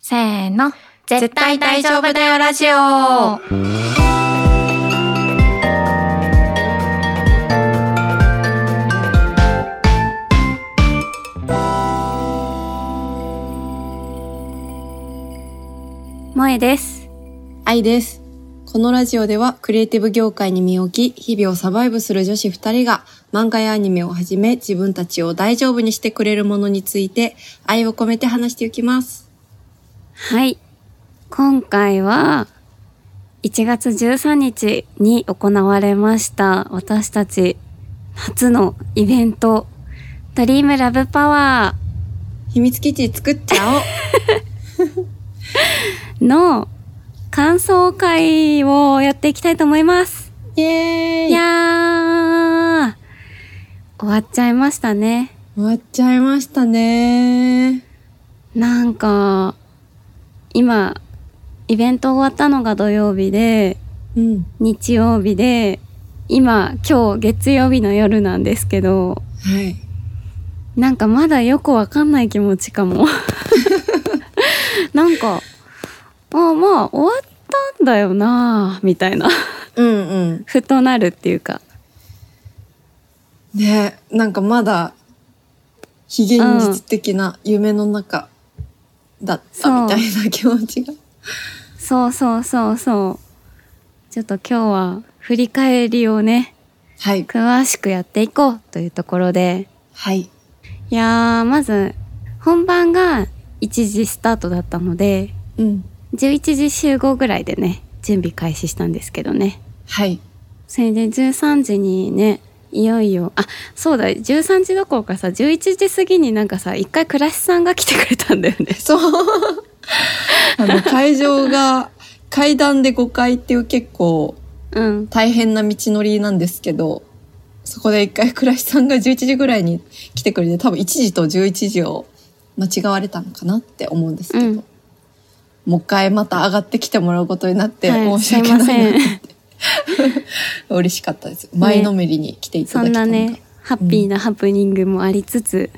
せーの。絶対大丈夫だよラジオ萌えです。愛です。このラジオではクリエイティブ業界に身を置き、日々をサバイブする女子2人が漫画やアニメをはじめ自分たちを大丈夫にしてくれるものについて愛を込めて話していきます。はい。今回は、1月13日に行われました、私たち、初のイベント、ドリームラブパワ秘密基地作っち ゃーの感想会をやっていきたいと思います。おうイエーイいやー、終わっちゃいましたね。終わっちゃいましたね。なんか、今、イベント終わったのが土曜日で、うん。日曜日で、今、今日月曜日の夜なんですけど、はい。なんかまだよくわかんない気持ちかも。なんか、あまあ、終わったんだよなみたいな。 うんうん。ふとなるっていうか。ねなんかまだ非現実的な夢の中だったみたいな気持ちが。そうそうそうそう。ちょっと今日は、振り返りをね、はい。詳しくやっていこうというところで、はい。いやー、まず、本番が1時スタートだったので、うん。 11時集合ぐらいでね、準備開始したんですけどね。はい。それで13時にね、いよいよ、あ、そうだ、13時どころかさ、11時過ぎになんかさ、一回倉石さんが来てくれたんだよ ね。そう。あの、会場が階段で5階っていう結構うん。大変な道のりなんですけど、そこで一回倉石さんが11時ぐらいに来てくれて、多分1時と11時を間違われたのかなって思うんですけど、うんもう一回また上がってきてもらうことになってはい申し訳すいまなせいんなって。 嬉しかったです。前のめりに来ていたそだんきたなのが ね、ハッピーなハプニングもありつつ、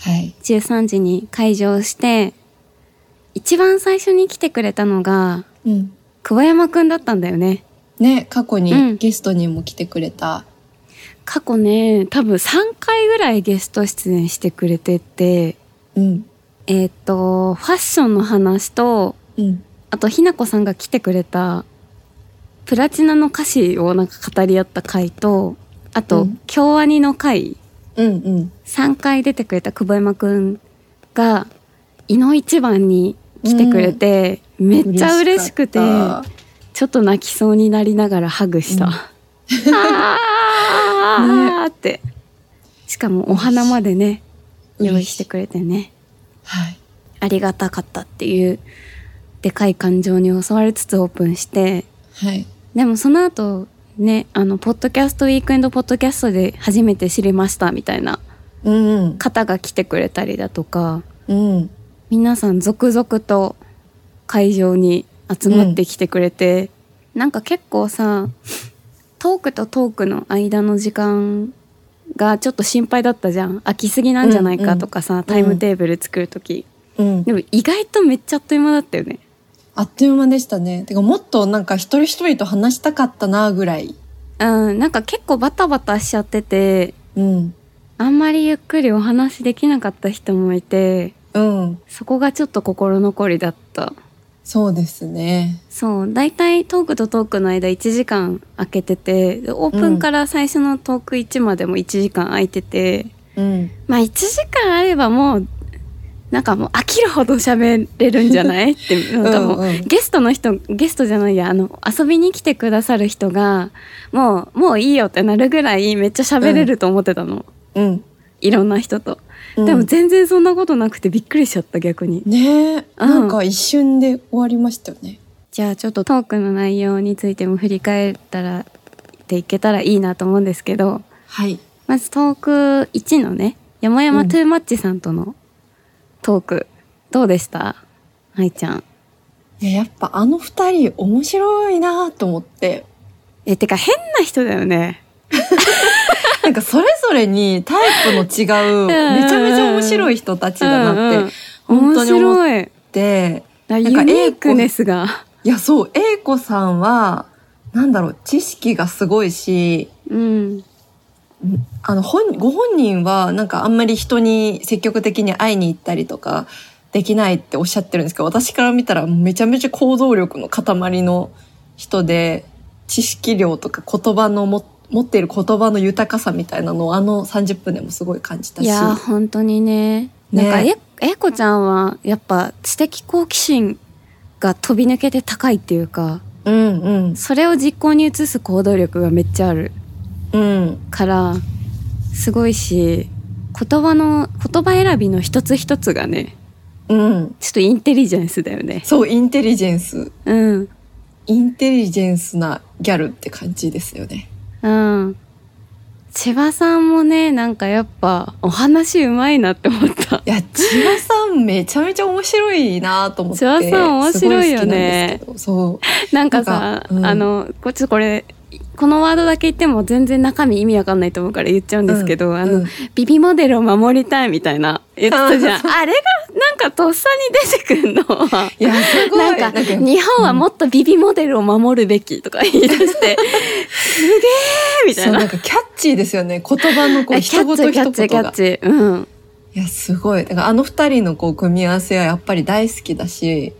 はい。 13時に会場して、一番最初に来てくれたのが、うん。久保山くんだったんだよね。ね、過去うんにゲストにも来てくれた。過去ね多分3回ぐらいゲスト出演してくれててうん。えっ、とファッションの話とうん。あとひなこさんが来てくれたプラチナの歌詞をなんか語り合った回とあうとん京アニの回うんうん。 3回出てくれた久保山くんが井の一番に来てくれて、めっちゃ嬉しくて嬉しかっちょっと泣きそうになりながらハグした。うんあーって。しかもお花までね、嬉しい用意してくれてね、たはい。ありがたかったっていう、でかい感情に襲われつつオープンして、はい。でもその後、ね、あの、ポッドキャストウィークエンドポッドキャストで初めて知りましたみたいなうん方が来てくれたりだとか、うん。うん。皆さん続々と会場に集まってきてくれて、なんか結構さトークとトークの間の時間がちょっと心配だったじゃん飽きすぎなんじゃないかとかさ、タイムテーブル作る時、うん。でも意外とめっちゃあっという間だったよねあっという間でしたね。てか、もっとなんか一人一人と話したかったな、ぐらい。うんなんか結構バタバタしちゃっててうん。あんまりゆっくりお話できなかった人もいてうん。そこがちょっと心残りだったそうですね。そう大体トークとトークの間1時間空けててでオープンから最初のトーク1までも1時間空いてて、うん。まあ1時間あればもうなんかもう飽きるほど喋れるんじゃ ないってなんかもううんうんゲストの人ゲストじゃないやあの遊びに来てくださる人がもうもういいよってなるぐらいめっちゃ喋れると思ってたの、うん。いろんな人と、うんでも全然そんなことなくてびっくりしちゃった逆にねえ。なんか一瞬で終わりましたよね。じゃあちょっとトークの内容についても振り返ったらっていけたらいいなと思うんですけどはい。まずトーク1のね山山うんトゥーマッチさんとのトーク、どうでした愛ちゃん。いや、やっぱあの二人面白いなと思って。えてか変な人だよね。なんかそれぞれにタイプの違う、んうんめちゃめちゃ面白い人たちだなってうんうん本当に思っ面白い。て、だユなニんかークネスが。いや、そう、英子さんは、なんだろう、知識がすごいし、うん。あの、本、ご本人は、なんかあんまり人に積極的に会いに行ったりとか、できないっておっしゃってるんですけど、私から見たらめちゃめちゃ行動力の塊の人で、知識量とか言葉のも、持っている言葉の豊かさみたいなのをあの30分でもすごい感じたいし。やー、本当にね。ねなんかえ、えいこちゃんは、やっぱ知的好奇心が飛び抜けて高いっていうか、うんうん。それを実行に移す行動力がめっちゃあるうん。から、すごいし、言葉の、言葉選びの一つ一つがね、うん。ちょっとインテリジェンスだよね。そう、インテリジェンス。うん。インテリジェンスなギャルって感じですよね。うん。千葉さんもね、なんかやっぱ、お話うまいなって思った。 いや、千葉さんめちゃめちゃ面白いなと思って。千葉さん面白いすごい好きなよねんですけど。そなんかさ、なんかうんあの、こちょっとこれ、このワードだけ言っても全然中身意味わかんないと思うから言っちゃうんう。ですけど、あうのん、ビビモデルを守りたいみたいな言ってたじゃん。あれがなんかとっさに出てくんのは。いや、すごい。なんか、か日本はもっとビビモデルを守るべきとか言い出して、すげーみたそ、いうな。なんかキャッチーですよね。言葉のこう、えキ一ャッ言一チキャッチキ言ャッが。チ。うん。いや、すごい。だからあの二人のこう、組み合わせはやっぱり大好きだし、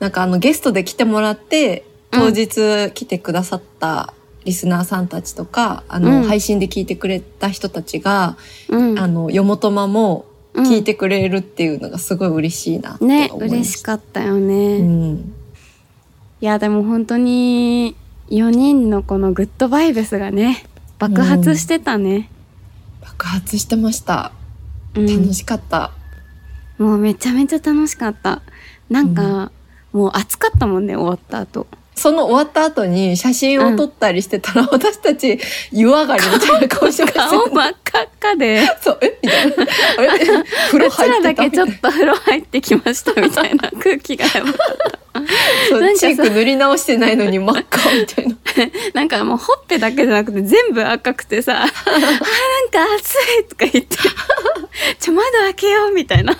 なんかあの、ゲストで来てもらって、当日来てくださったリスナーさんたちとか、あの、うん配信で聞いてくれた人たちが、うん。あの、よもとまもうん聞いてくれるっていうのがすごい嬉しいなって思いまねした。嬉しかったよね、ういん。やでも本当に4人のこのグッドバイブスがね爆発してたね、爆発してました。うん楽しかった。もうめちゃめちゃ楽しかったなんか、もう暑かったもんね終わった後その終わった後に写真を撮ったりしてたら、私たち湯上がりみたいな顔してました顔よね。真っ赤っかで そう、えみたいな。あ れ風呂うち入らってだたけみちょたいっな。と風呂入ってきましたみたいな 空気が そうなんかチさーク塗り直してないのに真っ赤みたいな。なんかもうほっぺだけじゃなくて全部赤く てさ「あーなんか暑い」とか言って「ちょ窓開けよう」みたいない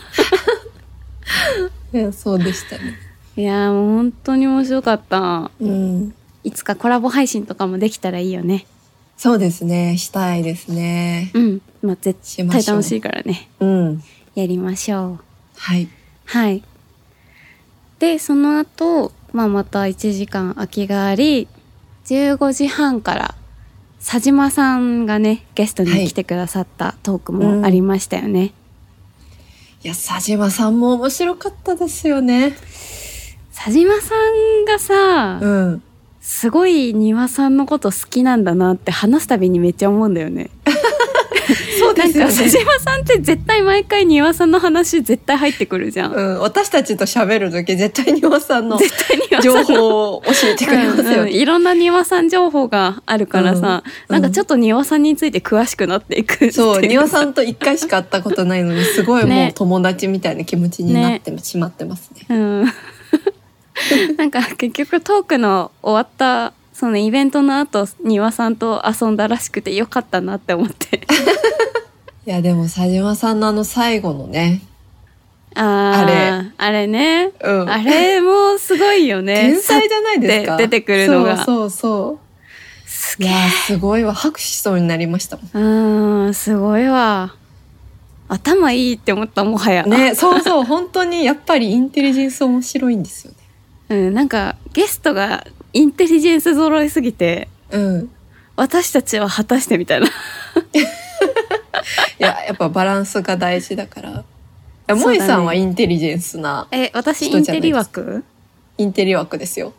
やそうでしたね。いやーもう本当に面白かったうん。いつかコラボ配信とかもできたらいいよね。そうですね。したいですね。うん。まあ、絶しま対しょう。楽しいからね。うん。やりましょう。はい。はい。で、その後、まあ、また1時間空きがあり、15時半から、佐島さんがね、ゲストに来てくださったトークもありましたよね。いや、佐島さんも面白かったですよね。佐島さんがさ、うん。すごい庭さんのこと好きなんだなって話すたびにめっちゃ思うんだよね。そうでなんすよかね。佐島さんって絶対毎回庭さんの話絶対入ってくるじゃん。うん、私たちと喋るとき絶対におさ んの絶対庭さん情の報を教えてくれますうんようんね。いろんな庭さん情報があるからさ、うんなんかちょっと庭さんについて詳しくなっていくっていそう、庭さんんと一回しか会ったことないのに、すごいもねう友達みたいな気持ちになってしまってますね。うん なんか結局トークの終わったそのイベントの後庭さんと遊んだらしくてよかったなって思っていや、でも佐島さんのあの最後のね、ああ あれれあれね、うんあれもすごいよね天才じゃないですか。で出てくるのがそうそうすそう。いげえやー、すごいわ。拍手しそうになりましたもん。うんすごいわ頭いいって思ったもはやね、そうそう、本当にやっぱりインテリジェンス面白いんですよね。うん、なんかゲストがインテリジェンス揃いすぎてうん。い私たちは果たしてみたいなや、やっぱバランスが大事だから。いやそうだ萌ねえさんはインテリジェンスなえ私イ人ンじゃなテいですリ枠インテリ枠ですよ。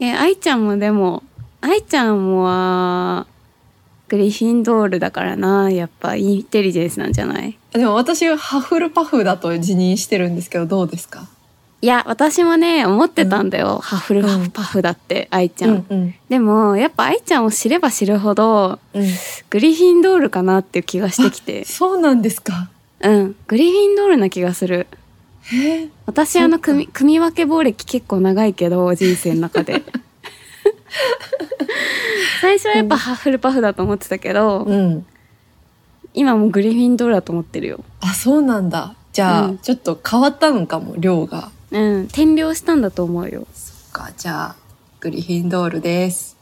え愛ちゃんもでも愛ちゃんはグリフィンドールだからなやっぱインテリジェンスなんじゃないでも私はハフルパフだと自認してるんですけどどうですかいや私もね思ってたんだよ、ハッフルパフだって愛ちゃん、うんでもやっぱ愛ちゃんを知れば知るほどうん、グリフィンドールかなっていう気がしてき てそうなんですかうんグリフィンドールな気がするへえ私あの組組み分け暴歴結構長いけ ど人生の中で最初はやっぱハッフルパフだと思ってたけど、うん今もうグリフィンドールだと思ってるよあそうなんだじゃあ、うんちょっと変わったのかも量がうん、転描したんだと思うよ。か、じゃあ、グリフィンドールです。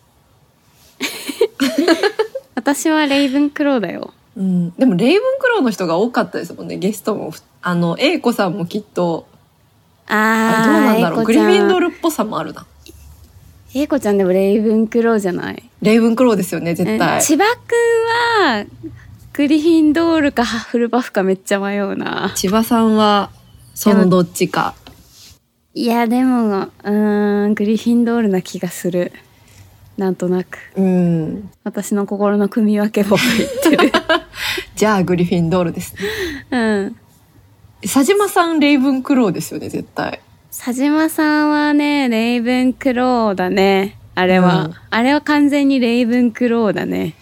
私はレイブンクローだよ。うん、でもレイブンクローの人が多かったですもんねゲストもふあの英子さんもきっとあれどうあなー、んだろうグリフィンドールっぽさもあるなル。英子ちゃんでもレイブンクローじゃない。レイブンクローですよねうん絶対千葉くんは、グリフィンドールかハッフルバフかめっちゃ迷うな。千葉さんはそのどっちかいや、でも、うーん、グリフィンドールな気がする。なんとなく。うん私の心の組み分けを言ってる。じゃあグリフィンドールですね うん。佐島さんレイブンクローですよね絶対佐島さんはね、レイブンクローだね。あれは。うんあれは完全にレイブンクローだ ね。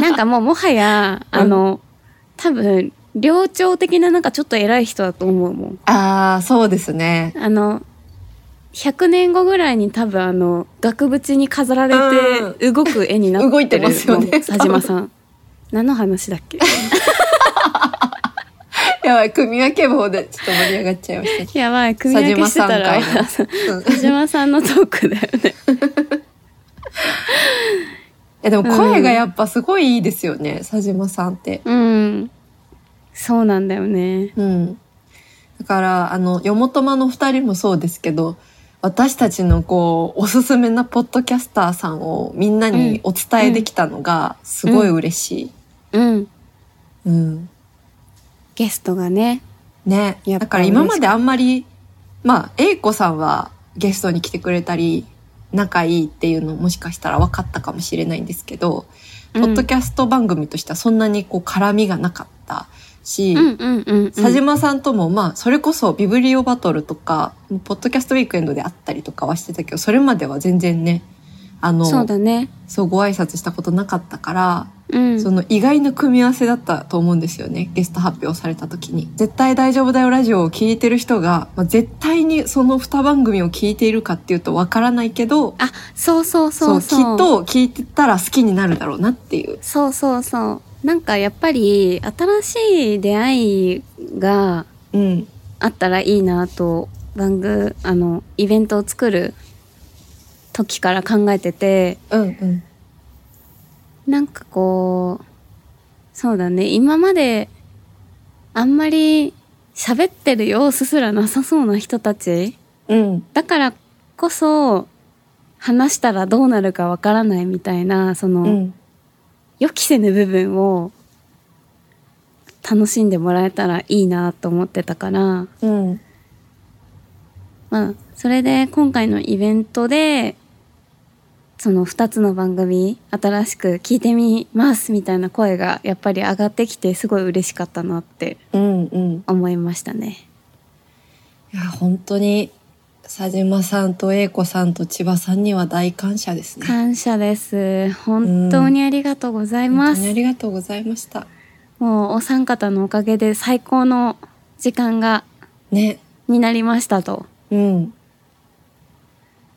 なんかもうもはや、あの、多分、寮長的ななんかちょっと偉い人だと思うもん。ああそうですねあの、100年後ぐらいに多分あの、額縁に飾られて動く絵になってる、動いてますよねもう佐島さん。何の話だっけやばい組み分け棒でちょっと盛り上がっちゃいましたねやばい、組み佐分け島してさんたら会。の、うん 佐島さんのトークだよね。えでも声がやっぱすごいいいですよね佐島さんってうん。そうなんだよね。うん。だから、あの、よもとまの二人もそうですけど、私たちのこう、おすすめなポッドキャスターさんをみんなにお伝えできたのが、すごい嬉しい。うん。うん。ゲストがね。ね。やっぱだから今まであんまり、まあ、英子さんはゲストに来てくれたり、仲いいっていうのもしかしたら分かったかもしれないんですけど、うポんッドキャスト番組としてはそんなにこう絡みがなかったし、うんうんうん、うん。佐島さんとも、まあ、それこそビブリオバトルとか、ポッドキャストウィークエンドであったりとかはしてたけど、それまでは全然ね、あの、そうだね。そうご挨拶したことなかったから、うん。その意外な組み合わせだったと思うんですよね。ゲスト発表された時に。絶対大丈夫だよラジオを聞いてる人が、まあ、絶対にその2番組を聞いているかっていうとわからないけど、あ、そうそうそうそう。きっと聞いてたら好きになるだろうなっていう。そうそうそう。なんかやっぱり新しい出会いがうん。あったらいいなと、番組、あの、イベントを作る時から考えてて、うんうん。なんかこう、そうだね。今まであんまり喋ってる様子すらなさそうな人たちうん。だからこそ話したらどうなるかわからないみたいなその、うん。予期せぬ部分を楽しんでもらえたらいいなと思ってたから、うん。まあ、それで今回のイベントでその2つの番組新しく聞いてみますみたいな声がやっぱり上がってきてすごい嬉しかったなってうんうん。思いましたね。いや本当に佐島さんと英子さんと千葉さんには大感謝ですね。感謝です。本当にありがとうございま本当す。にありがとうございました。もうお三方のおかげで最高の時間がね、になりましたと。うん。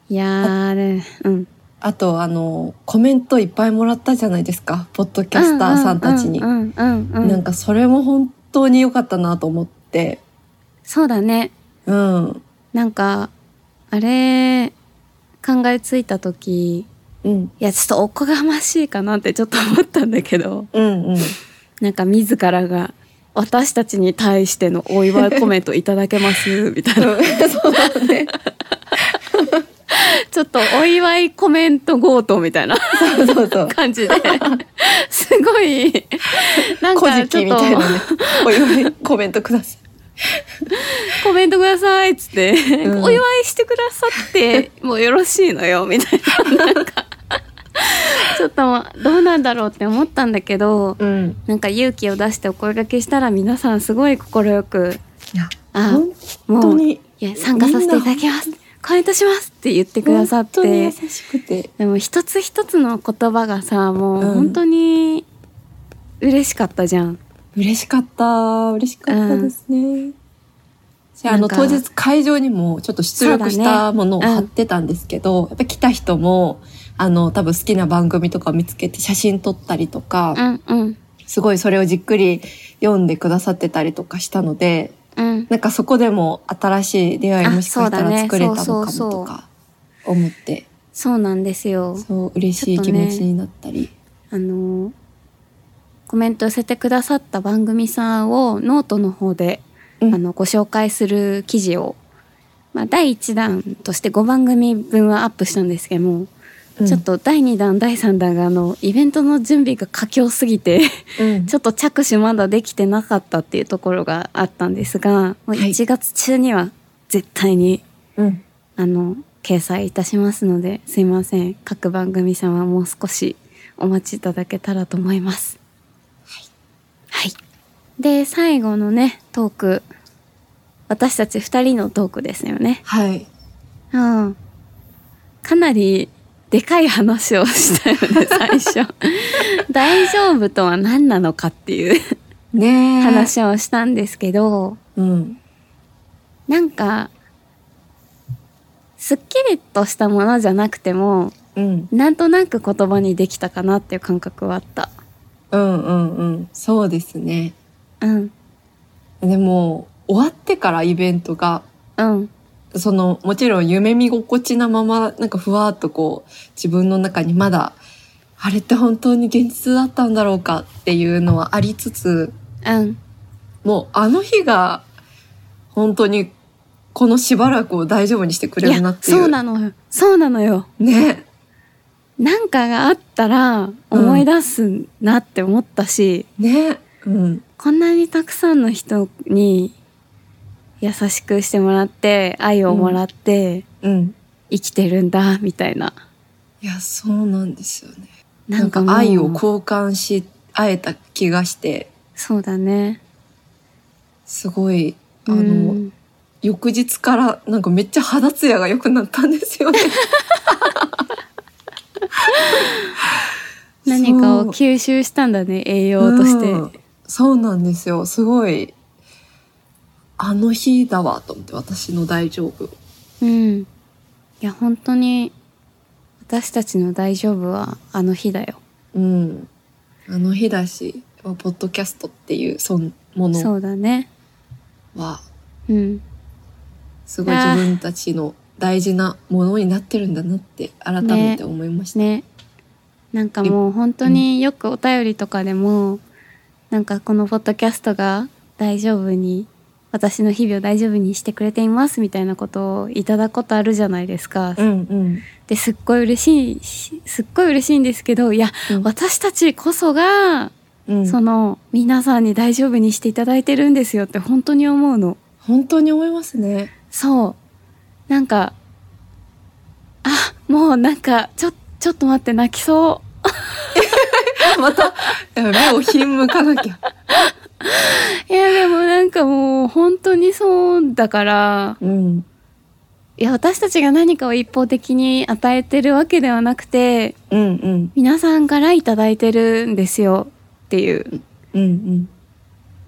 いやー、ね、うん。あとあのコメントいっぱいもらったじゃないですか、ポッドキャスターさんたちに。うんうんうんうんうんなんかそれも本当に良かったなと思って、そうだね。うん、なんか、あれ、考えついた時うん、いや、ちょっとおこがましいかなってちょっと思ったんだけど、 うん、うん。 なんか自らが、私たちに対してのお祝いコメントいただ けます、みたいな。そうだね。ちょっとお祝いコメント強盗みたいな。そうそうそう。感じですごいなん古か事ち記ょっみとたいなね。お祝いコメントくださコメントくださいっつって、うんお祝いしてくださってもうよろしいのよみたいななんかちょっともうどうなんだろうって思ったんだけどい。うん。なんか勇気を出してお声掛けしたら皆さんすごい快くいや、あ本も当ういにや参加させていただきますコメントしますって言ってくださっ本当に優てしくて。でも一つ一つの言葉がさもううん本当に嬉しかったじゃん嬉しかった嬉しかったですね。じゃああなのんか当日会場にもちょっと出力しそうだたものを貼ってたんですけど、やっぱ来た人もあの多分好きな番組とか見つけて写真撮ったりとか、うんうんすごいそれをじっくり読んでくださってたりとかしたのでうんなんかそこでも新しい出会いあもしかしたそうだらね作れたのかもそうそうそとうか思ってそうなんですよそう嬉しい気持ちになったり、あのーコメント寄せてくださった番組さんをノートの方で、うんあのご紹介する記事を、まあ、第1弾として5番組分はアップしたんですけども、うんちょっと第2弾第3弾があのイベントの準備が佳境す ぎてうんちょっと着手まだできてなかったっていうところがあったんですがもうはい1月中には絶対にうんあの掲載いたしますのですいません各番組さんはもう少しお待ちいただけたらと思いますはい、で最後のねトーク私たち2人のトークですよねはいうんかなりでかい話をしたよ ね最初大丈夫とは何なのかっていうねえ話をしたんですけど、うんなんかすっきりとしたものじゃなくてもうんなんとなく言葉にできたかなっていう感覚はあった。うんうんうんそうですねうん。でも終わってからイベントがうん。そのもちろん夢見心地なままなんかふわっとこう自分の中にまだあれって本当に現実だったんだろうかっていうのはありつつうん。もうあの日が本当にこのしばらくを大丈夫にしてくれるなっていうそうなのよ。そうなのよ。ねなんかがあったら思い出すなって思ったし、ねうんこんなにたくさんの人に優しくしてもらって、愛をもらってうん生きてるんだ、みたいな。いやそうなんですよねななんんかかもう愛を交換し合えた気がしてそうだね。すごいあうの、ん。翌日からなんかめっちゃ肌ツヤが良くなったんですよね何かを吸収したんだね、栄養として。うんそうなんですよ。すごい。あの日だわと思って私の大丈夫。うん。いや、本当に、私たちの大丈夫はあの日だよ。うん。あの日だし、ポッドキャストっていうそんものそうだね。はうん。すごい自分たちの大事なものになってるんだなって改めて思いました。ね。なんかもう本当によくお便りとかでも、なんかこのポッドキャストが大丈夫に、私の日々を大丈夫にしてくれていますみたいなことをいただくことあるじゃないですか。うんうん。ですっごい嬉しいし、すっごい嬉しいんですけど、いや、うん私たちこそが、うんその皆さんに大丈夫にしていただいてるんですよって本当に思うの。本当に思いますね。 そう。なんか、あ、もうなんか、ちょ、ちょっと待って、泣きそまた目をひんむかなきゃ。う。いや、でもなんかもう、本当にそうだから、うん。いや、私たちが何かを一方的に与えてるわけではなくて、うんうん皆さんからいただいてるんですよっていう。うんうん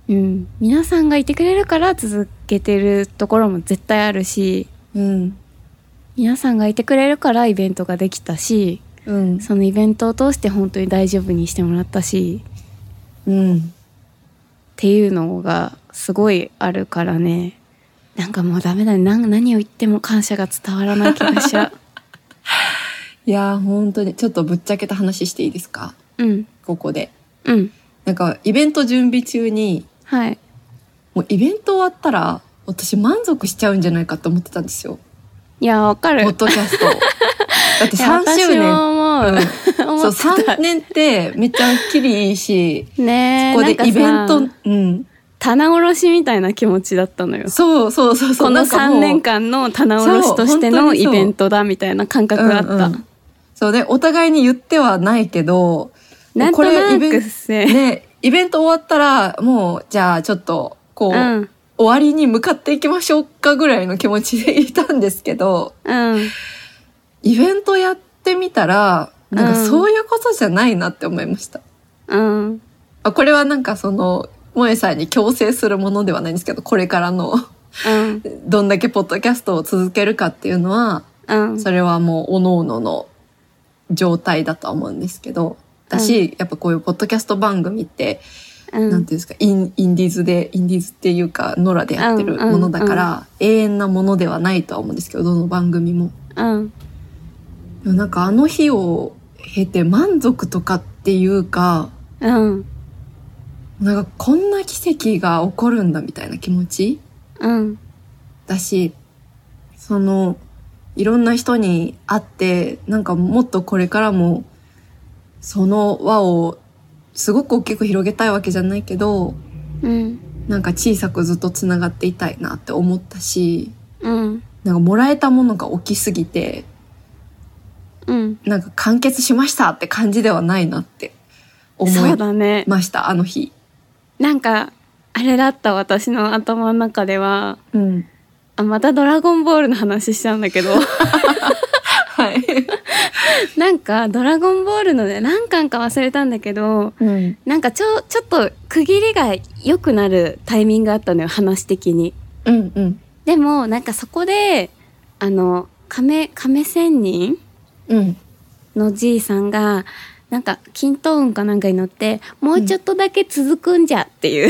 うん。皆さんがいてくれるから続けてるところも絶対あるし、うん皆さんがいてくれるからイベントができたし、うんそのイベントを通して本当に大丈夫にしてもらったし、うんっていうのがすごいあるからねなんかもうダメだねなん何を言っても感謝が伝わらない気がしちゃいやー本当にちょっとぶっちゃけた話していいですか ううんここでうんなんかイベント準備中にはいもうイベント終わったら私満足しちゃうんじゃないかと思ってたんですよいやわかポるッドキャストだってい3や周私年も思う、うん、思そうってた3年ってめっちゃきりいいしねえここでイベンなんかさトうん棚卸しみたいな気持ちだったのよそうそうそうそうこなのんかも3う年間の棚卸しとしてそうの本当にイそうベントだみたいな感覚があった、うんうんそうでお互いに言ってはないけどなんとこれなイベンくせ、ね、イベント終わったら、もう、じゃあちょっと、こう、うん終わりに向かっていきましょうかぐらいの気持ちでいたんですけど、うんイベントやってみたら、なんうかんそういうことじゃないなって思いました。うんあこれはなんかその、萌えさんに強制するものではないんですけど、これからの、うんどんだけポッドキャストを続けるかっていうのは、うんそれはもう、各々の状態だとは思うんですけど、だし、やっぱこういうポッドキャスト番組って、うなんんていうんですかインインディーズでインディーズっていうかノラでやってるものだから、永遠なものではないとは思うんですけどどの番組も。うんでもなんかあの日を経て満足とかっていうかうんなんかこんな奇跡が起こるんだみたいな気持ちうんだしそのいろんな人に会ってなんかもっとこれからもその輪をすごく大きく広げたいわけじゃないけどうんなんか小さくずっとつながっていたいなって思ったしうんなんかもらえたものが大きすぎてうんなんか完結しましたって感じではないなって思いそうだねましたあの日。なんかあれだった私の頭の中ではうん、あまた「ドラゴンボール」の話しちゃうんだけどはい、なんか「ドラゴンボール」のね何巻か忘れたんだけどうんなんかちょちょっと区切りが良くなるタイミングあったのよ話的に。うんうんでもなんかそこであの亀亀仙人うんのじいさんがなんか均等運かなんかに乗ってもうちょっとだけ続くんじゃって いう、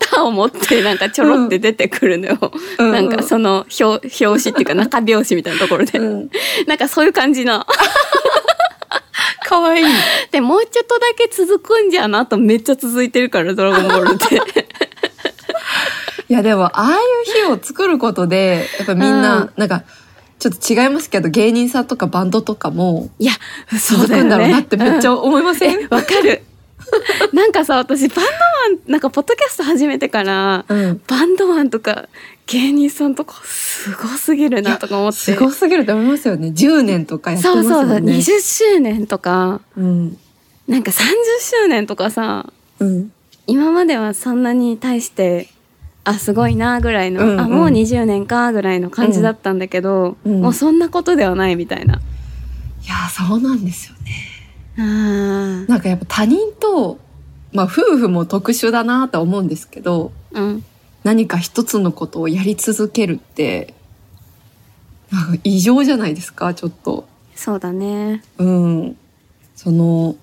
旗を持ってなんかちょろって出てくるのよ、うんなんかその表表紙っていうか中表紙みたいなところで、うんなんかそういう感じなかわいい。でもうちょっとだけ続くんじゃなとめっちゃ続いてるから「ドラゴンボール」って。いやでもああいう日を作ることでやっぱみんな、うんなんかちょっと違いますけど芸人さんとかバンドとかも いやそ続うだくよんねだろうなってめっちうゃん思いま せん、わかるなんかさ私バンドマンなんかポッドキャスト始めてからうんバンドマンとか芸人さんとかすごすぎるなとか思ってすごすぎると思いますよね10年とかやってそまうすそもうそう、んね20周年とかうんなんか30周年とかさうん今まではそんなに対してあすごいなぐらいの、うんうんあもう20年かぐらいの感じだったんだけど、うんもうそんなことではないみたいな。いやそうなんですよねあーなんかやっぱ他人とまあ夫婦も特殊だなとは思うんですけどうん何か一つのことをやり続けるってなんか異常じゃないですかちょっと。そうだね。うん、その、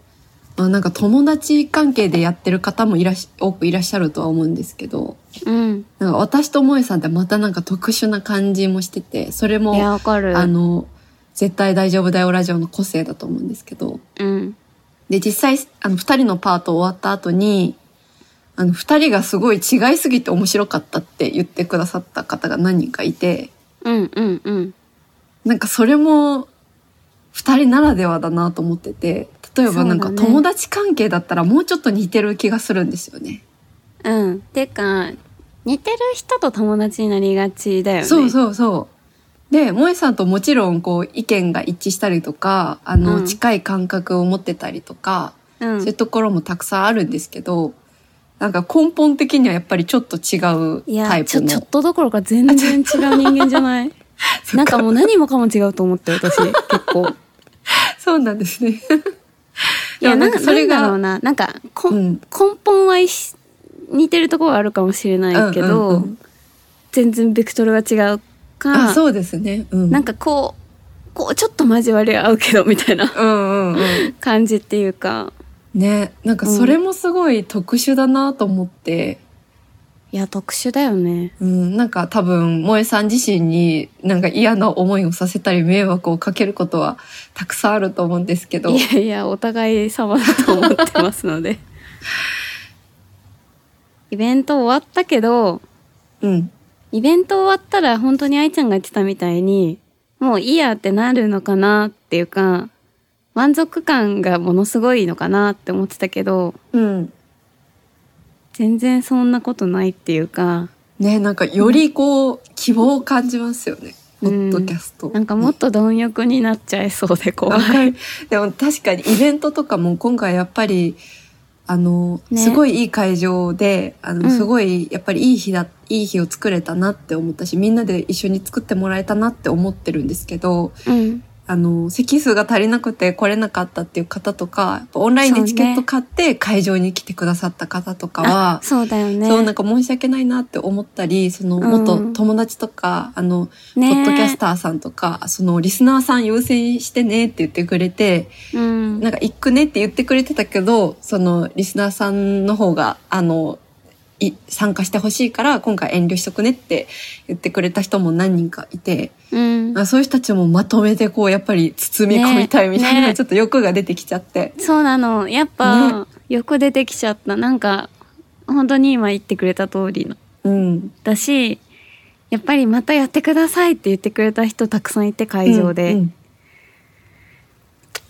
まあ、なんか友達関係でやってる方もいらっし多くいらっしゃるとは思うんですけどうん。なんか私と萌えさんってまたなんか特殊な感じもしててそれいやもわかる。あの絶対大丈夫だよラジオの個性だと思うんですけどうんで実際あの2人のパート終わった後にあの2人がすごい違いすぎて面白かったって言ってくださった方が何人かいてうんうんうん。なんかそれも二人ならではだなと思ってて例えばなんかそうだね友達関係だったらもうちょっと似てる気がするんですよね。うん。てか似てる人と友達になりがちだよね。そうそうそう。で萌えさんともちろんこう意見が一致したりとかあの、うん近い感覚を持ってたりとか、う。んそういう。ところもたくさんあるんですけどなんか根本的にはやっぱりちょっと違ういタやイちプょちょのっとどころか全然違う人間じ ゃないなんかもう何もかも違うと思って私結構そうなんですね。い でもやななんんかかそそれれががだろうななんかこ、うん根本は一緒似てるところはあるかもしれないけど、うんうんうん全然ベクトルが違うかあそうですね。うん、なんかこうこうちょっと交わり合うけどみたいなうんうんうん。感じっていうかねなんかそれもすごい特殊だなと思って、いや特殊だよねうんなんか多分萌えさん自身になんか嫌な思いをさせたり迷惑をかけることはたくさんあると思うんですけどいやいやお互い様だと思ってますの でイベント終わったけどうんイベント終わったら本当に愛ちゃんが言ってたみたいにもういいやってなるのかなっていうか満足感がものすごいのかなって思ってたけどうん全然そんなことないっていうかねなんかよりこう希望を感じますよねうポんッドキャスト、なんかもっと貪欲になっちゃいそうで怖わかい。る でも確かにイベントとかも今回やっぱりあの、ねすごいいい会場であの、うんすごいやっぱりいい日だいい日を作れたなって思ったしみんなで一緒に作ってもらえたなって思ってるんですけどうんあの、席数が足りなくて来れなかったっていう方とか、やっぱオンラインでチケット買って会場に来てくださった方とかは、そうだよね。そう、なんか申し訳ないなって思ったり、その、うんもっと友達とか、あの、ねポッドキャスターさんとか、その、リスナーさん優先してねって言ってくれて、うん。なんか行くねって言ってくれてたけど、その、リスナーさんの方が、あの、い参加してほしいから、今回遠慮しとくねって言ってくれた人も何人かいて、うん。あそういう人たちもまとめてこう、やっぱり包み込みたいみたいな、ねねちょっと欲が出てきちゃって。そうなの。やっぱ、欲出てきちゃった。なんか、本当に今言ってくれた通りのうん。だし、やっぱりまたやってくださいって言ってくれた人たくさんいて会場で、うんうん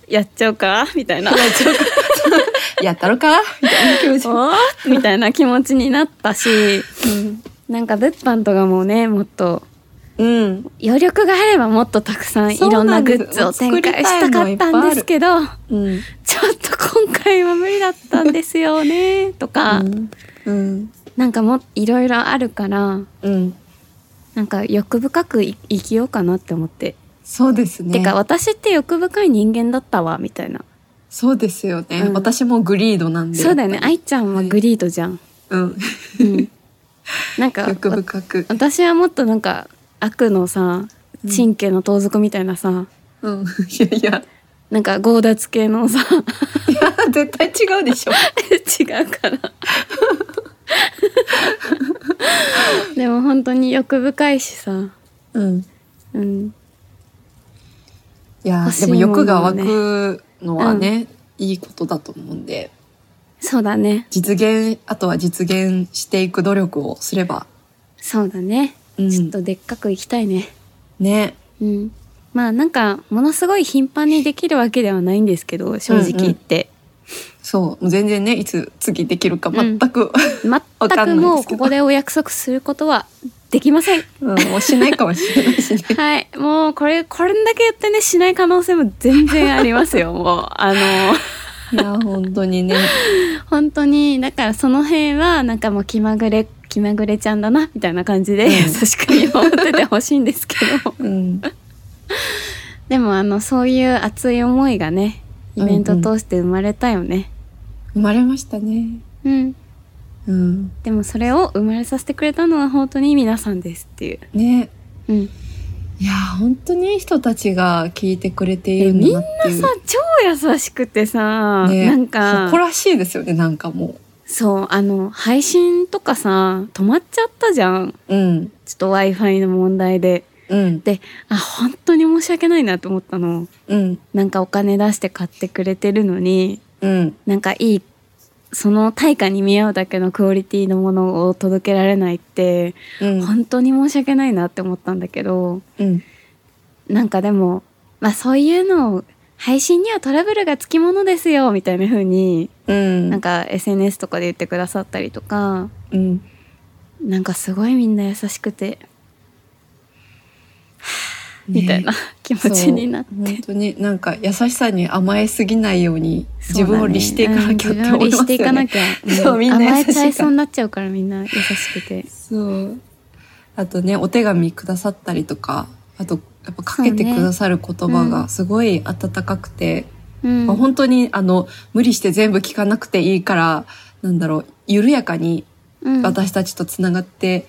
やっちゃうかみたいな。やったろかみたいな気持ち。お ーみたいな気持ちになったし、うんなんか物販とかもね、もっと、うん。余力があればもっとたくさんいろんなグッズを展開したかったんですけど、うん。ちょっと今回は無理だったんですよね、とか、うん。なんかもういろいろあるから、うん。なんか欲深くい生きようかなって思って。そうですね。てか私って欲深い人間だったわ、みたいな。そうですよね、うん私もグリードなんで。そうだよね。愛ちゃんはグリードじゃん。うん。うん。なんか、欲深く。私はもっとなんか悪のさ神経の盗賊みたいなさ、うん。いやいや。なんか強奪系のさ いや、 絶対違うでしょ。違うから でも本当に欲深いしさ、うん。うん、いや、欲しでいももの欲がはね湧くのはね、いいことだと思うんで、そうだね実現、あとは実現していく努力をすれば、そうだね、うんちょっとでっかくいきたいねね。うんまあなんかものすごい頻繁にできるわけではないんですけど正直言って、そう。もう全然ね、いつ次できるか全く、わ全かくんないもでうすけこどこでお約束することはできませんうん、もうしないかもしれないしね。はい、もうこれこれだけ言ってねしない可能性も全然あります よもうあの いや、本当にね。本当にだからその辺はなんかもう気まぐれ気まぐれちゃんだなみたいな感じでうん優しく見守っててほしいんですけど うん。でもあのそういう熱い思いがねイベント通して生まれたよね生まれましたね。うん、うん。でもそれを生まれさせてくれたのは本当に皆さんですっていうね。うんいやー本当にいい人たちが聞いてくれているんみんだななっていう。さ超優しくてさ、ねなんか誇らしいですよねなんかもそうあの配信とかさ止まっちゃったじゃんう。うんちょっと w i f i の問題でうんであ本当に申し訳ないなと思ったのうんなんかお金出して買ってくれてるのにうんなんかいいその対価に見合うだけのクオリティのものを届けられないってうん本当に申し訳ないなって思ったんだけどうんなんかでもまあそういうのを配信にはトラブルがつきものですよみたいな風にうんなんか SNS とかで言ってくださったりとかうんなんかすごいみんな優しくて、みたいな気持ちになってそう本当になんか優しさに甘えすぎないように自分を律していかなきゃうっんて自分を思い律ましすていよかなね。きゃ、そうみんな甘優しいえからちゃいそうになっちゃうからみんな優しくてそうあとねお手紙くださったりとかあとやっぱかけてくださる言葉がすごい温かくて、うんまあ、本当にあの無理して全部聞かなくていいからなんだろう緩やかにうん私たちとつながって、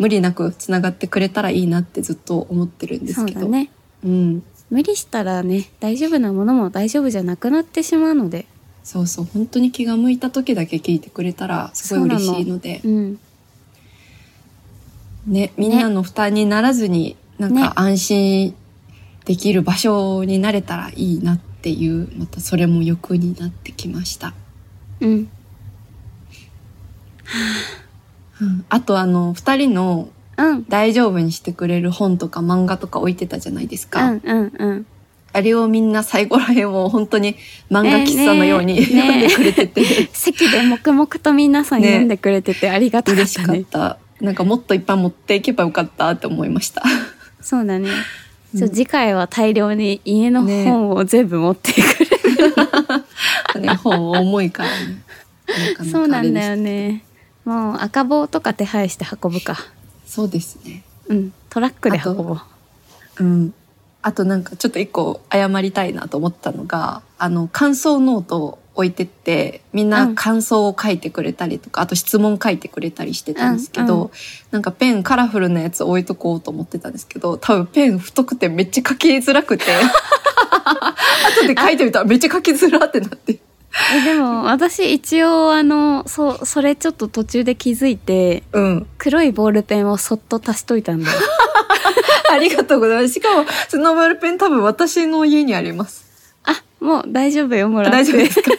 無理なくつながってくれたらいいなってずっと思ってるんですけどそうだねうん、無理したらね大丈夫なものも大丈夫じゃなくなってしまうのでそうそう本当に気が向いた時だけ聞いてくれたらすごい嬉しいのでうんね、みんなの負担にならずになんねか安心できる場所になれたらいいなっていうまたそれも欲になってきました。うんうんあとあの2人のうん大丈夫にしてくれる本とか漫画とか置いてたじゃないですうか。んうんうんあれをみんな最後らへんを本当に漫画喫茶のように、 ねえね読んえでくれて て、席で黙々と皆さんね読んでくれててありがたか嬉っしたかっねた。なんかもっといっぱい持っていけばよかったって思いました。そうだね、そううん次回は大量に家の本を全部持ってく る、ね、本重いから ね。なかなかあれでしたそうなんだよ。ねもう赤棒とか手配して運ぶかそうですね。うんトラックで運ぼううん。あとなんかちょっと一個謝りたいなと思ったのが、あの、感想ノートを置いてって、みんうなん感想を書いてくれたりとか、あと質問書いてくれたりしてたんですけど、うんうなんかペンカラフルなやつ置いとこうと思ってたんですけど、多分ペン太くてめっちゃ書きづら くて、後で書いてみたらめっちゃ書きづらってなって。えでも私一応あのそうそれちょっと途中で気づいてうん。黒いボールペンをそっと足しといたん だよありがとうございます。しかも、そのボールペン多分私の家にあります。あもう大丈夫よもらって大丈夫ですか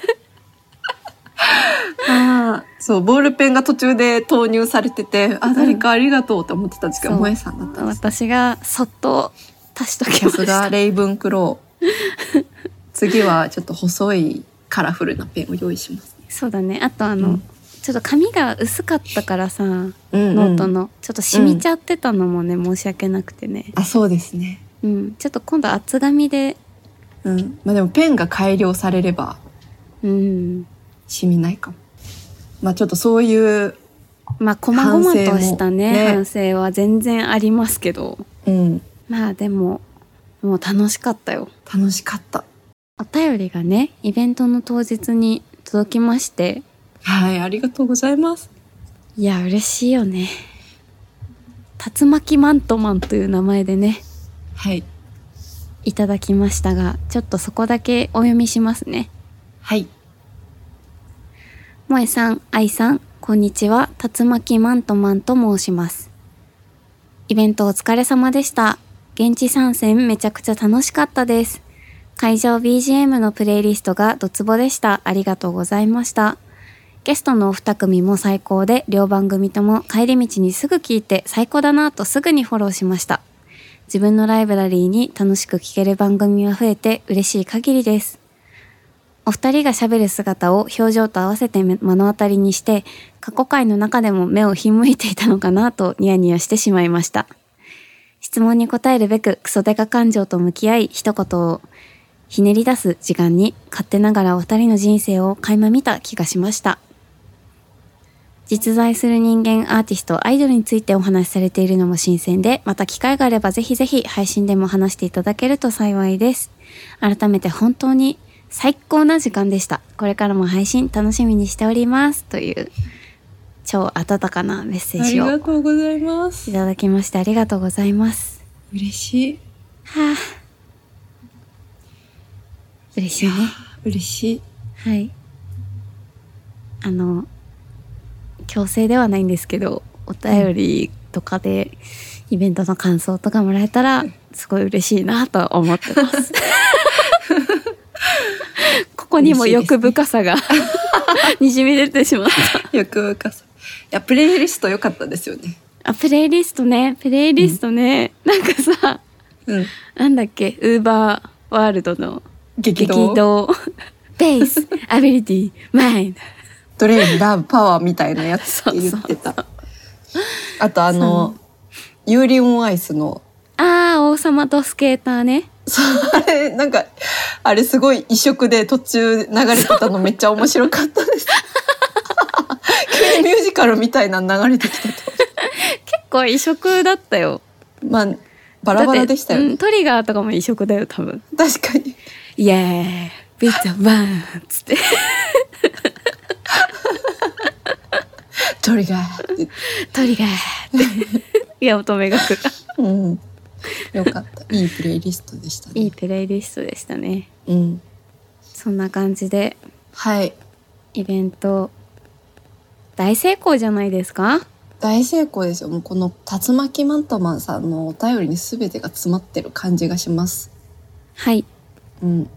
あーそう、ボールペンが途中で投入されてて、あ、誰かありがとうって思ってたんですけど、そう萌えさんだったんです。私がそっと足しときさますしが、たレイブンクロー。 次はちょっと細いカラフルなペンを用意します。そうだねあとあの、うんちょっと紙が薄かったからさうん、ノート。のちょっと染みちゃってたのもね、申し訳なくてねあ、そうですね。うんちょっと今度厚紙でうん。まあでもペンが改良されれば、うん染みないかも。まあちょっとそういう、まあ細々としたね反反省は全然ありますけどうん、まあでももう楽しかったよ楽しかった。お便りがねイベントの当日に届きましてはい、ありがとうございます。いや嬉しいよね竜巻マントマンという名前でねはい。いただきましたがちょっとそこだけお読みしますねはい。萌えさん、愛さん、こんにちは。竜巻マントマンと申します。イベントお疲れ様でした。現地参戦めちゃくちゃ楽しかったです。会場 BGM のプレイリストがドツボでした。ありがとうございました。ゲストのお二組も最高で、両番組とも帰り道にすぐ聞いて最高だなとすぐにフォローしました。自分のライブラリーに楽しく聞ける番組が増えて嬉しい限りです。お二人が喋る姿を表情と合わせて目の当たりにして、過去回の中でも目をひんむいていたのかなとニヤニヤしてしまいました。質問に答えるべくクソデカ感情と向き合い、一言をひねり出す時間に勝手ながらお二人の人生を垣間見た気がしました。実在する人間アーティストアイドルについてお話しされているのも新鮮でまた機会があればぜひぜひ配信でも話していただけると幸いです改めて本当に最高な時間でしたこれからも配信楽しみにしておりますという超温かなメッセーありジがをとうございまいす。ただきましてありがとうございます嬉しい。はあ嬉しいね嬉しい。はい。あの、強制ではないんですけど、お便りとかで、イベントの感想とかもらえたら、すごい嬉しいなと思ってます。 ここにも欲深さが、にじみ出てしまった。欲深さ。いや、プレイリスト良かったですよね。あ、プレイリストね、プレイリストね、なんかさ、うん。なんだっけ、ウーバーワールドの激激動。動、ベース、アビリティ、マインド。ドレーム、ラブ、パワーみたいなやつって そう言そうってた。あと、あの、ユーリオンアイスの、ああ、王様とスケーターね。そう、あれ、なんか、あれすごい異色で途中流れてたのめっちゃ面白かったです。急にミュージカルみたいなの流れてきたと。結構異色だったよまあ、バラバラでしたよだってうねん。トリガーとかも異色だよ多分確かに。イエーイビッツバーンつってトリガーって言って。トリガー っていや乙女学がうん。よかった。いいプレイリストでしたね。いいプレイリストでしたねうん。そんな感じではい。イベント大成功じゃないですか大成功ですよ。もうこの竜巻マントマンさんのお便りに全てが詰まってる感じがします。はいうん。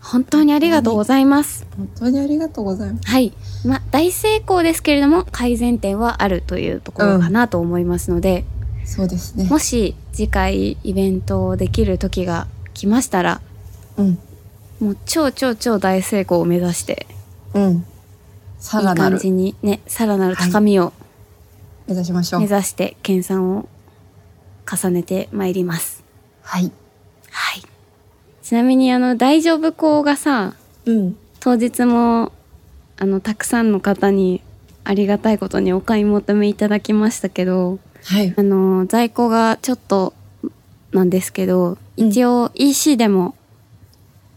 本当にありがとうございます本当にありがとうございます。はいまあ大成功ですけれども改善点はあるというところかなと思いますので、そうですね。もし次回イベントをできる時が来ましたらうん。もう超超超大成功を目指してうん。さいいらな感るじにねさらなる高みを目指しましょ目う。指して研鑽を重ねてまいりますはい。はいちなみにあの大丈夫校がさうん。当日もあのたくさんの方にありがたいことにお買い求めいただきましたけどはいあ。の在庫がちょっとなんですけど、うん一応 EC でも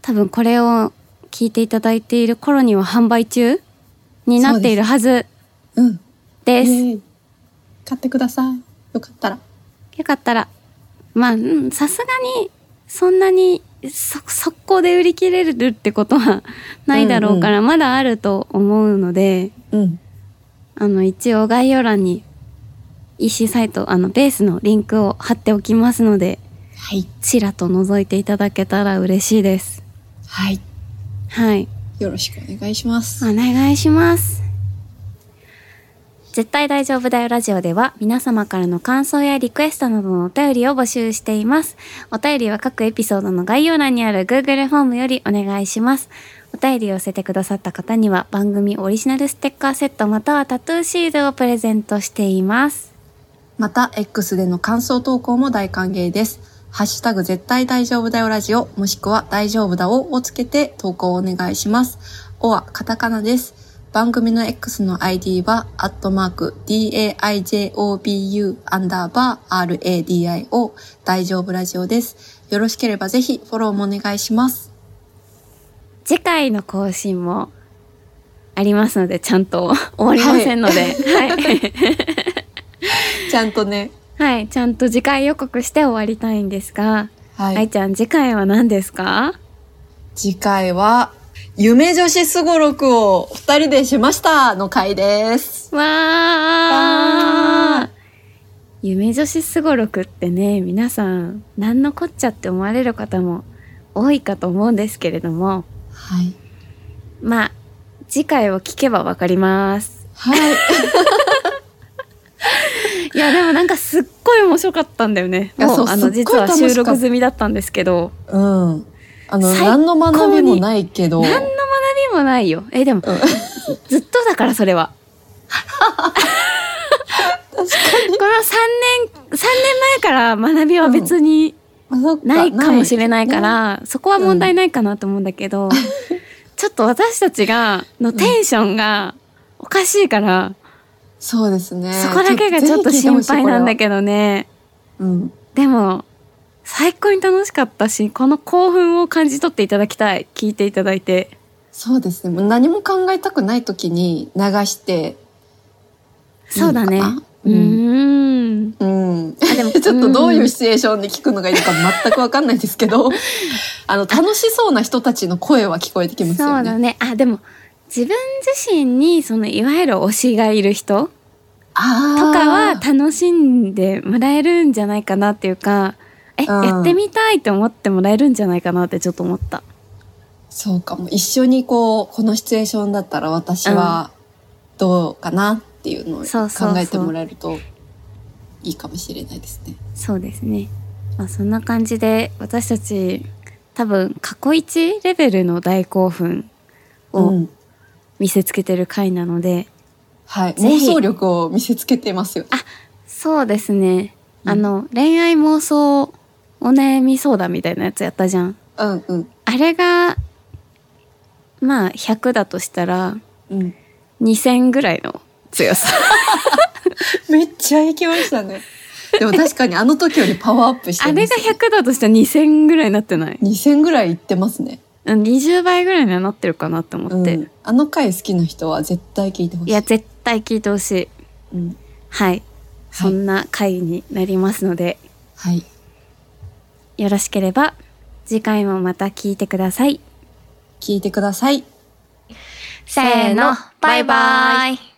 多分これを聞いていただいている頃には販売中になっているはずうん。です。イエーイ買ってください。よかったら。よかったら、まあ、うんさすがに、そんなに、そ、速攻で売り切れるってことはないだろうから、まだあると思うので、うん。あの、一応概要欄に、EC サイト、あの、ベースのリンクを貼っておきますので、はい。ちらと覗いていただけたら嬉しいです。はい。はい。よろしくお願いします。お願いします。絶対大丈夫だよラジオでは皆様からの感想やリクエストなどのお便りを募集しています。お便りは各エピソードの概要欄にある Google フォームよりお願いします。お便りを寄せてくださった方には番組オリジナルステッカーセットまたはタトゥーシールをプレゼントしています。また、X での感想投稿も大歓迎です。ハッシュタグ絶対大丈夫だよラジオ、もしくは大丈夫だををつけて投稿をお願いします。おはカタカナです。番組の X の ID は、アットマーク、daijobu、アンダーバー、radio、大丈夫ラジオです。よろしければぜひフォローもお願いします。次回の更新もありますのでちゃんと終わりませんので、はいちゃんとね。はい、ちゃんと次回予告して終わりたいんですが、はい。愛ちゃん次回は何ですか次回は、夢女子すごろくを二人でしましたの回です。わわー夢女子すごろくってね皆さん何のこっちゃって思われる方も多いかと思うんですけれどもはい。まあ次回を聞けばわかりますはい。いやでもなんかすっごい面白かったんだよねいやもうそうあのすっ実ごいは楽しかった収録済みだったんですけどうん。あの、最何の学びもないけど。何の学びもないよえでもうんずっ とだからそれは確か この3年3年前から学びは別に、あそっかないかもしれないか。ならそこは問題ないかなと思うんだけど、 ちょっと私たちがのテンションがおかしいから、そうですね。そこだけがちょっと心配なんだど。けどねうん。でも最高に楽しかったしこの興奮を感じ取っていただきたい聞いていただいてそうですね。もう何も考えたくない時に流して。そうだねいいのかうなうん。ーんうん。あで もちょっとどういううんシチュエーションで聞くのがいいのか全くわかんないですけ ど、あの、楽しそうな人たちの声は聞こえてきますそようね。だねあでも自分自身にそのいわゆる推しがいる人あとーかは楽しんでもらえるんじゃないかなっていうかえ、うんやってみたいって思ってもらえるんじゃないかなってちょっと思ったそうかも。一緒にこう、このシチュエーションだったら私はどうかなっていうのをそうそうそう考えてもらえるといいかもしれないですね。そうですね、まあ、そんな感じで私たち多分過去一レベルの大興奮うをん。見せつけてる回なので、はい。ぜ妄ひ想力を見せつけてますよ。そうですねうんあの恋愛妄想お悩み相談みたいなやつやったじゃんうんうん。あれがまあ100だとしたらうん。 2000ぐらいの強さ めっちゃ行きました ね。でも確かにあの時よりパワーアップしてあまれすが。100だとしたら2000ぐらいになってない2000ぐらい行ってますね。うん20倍ぐらいにはなってるかなって思うって、ん。あの回好きな人は絶対聞いてほしい。いや絶対聞いてほしいうん。はい、はそい。んな回になりますのではい。よろしければ次回もまた聞いてください聞いてください。せーの、バイバイ。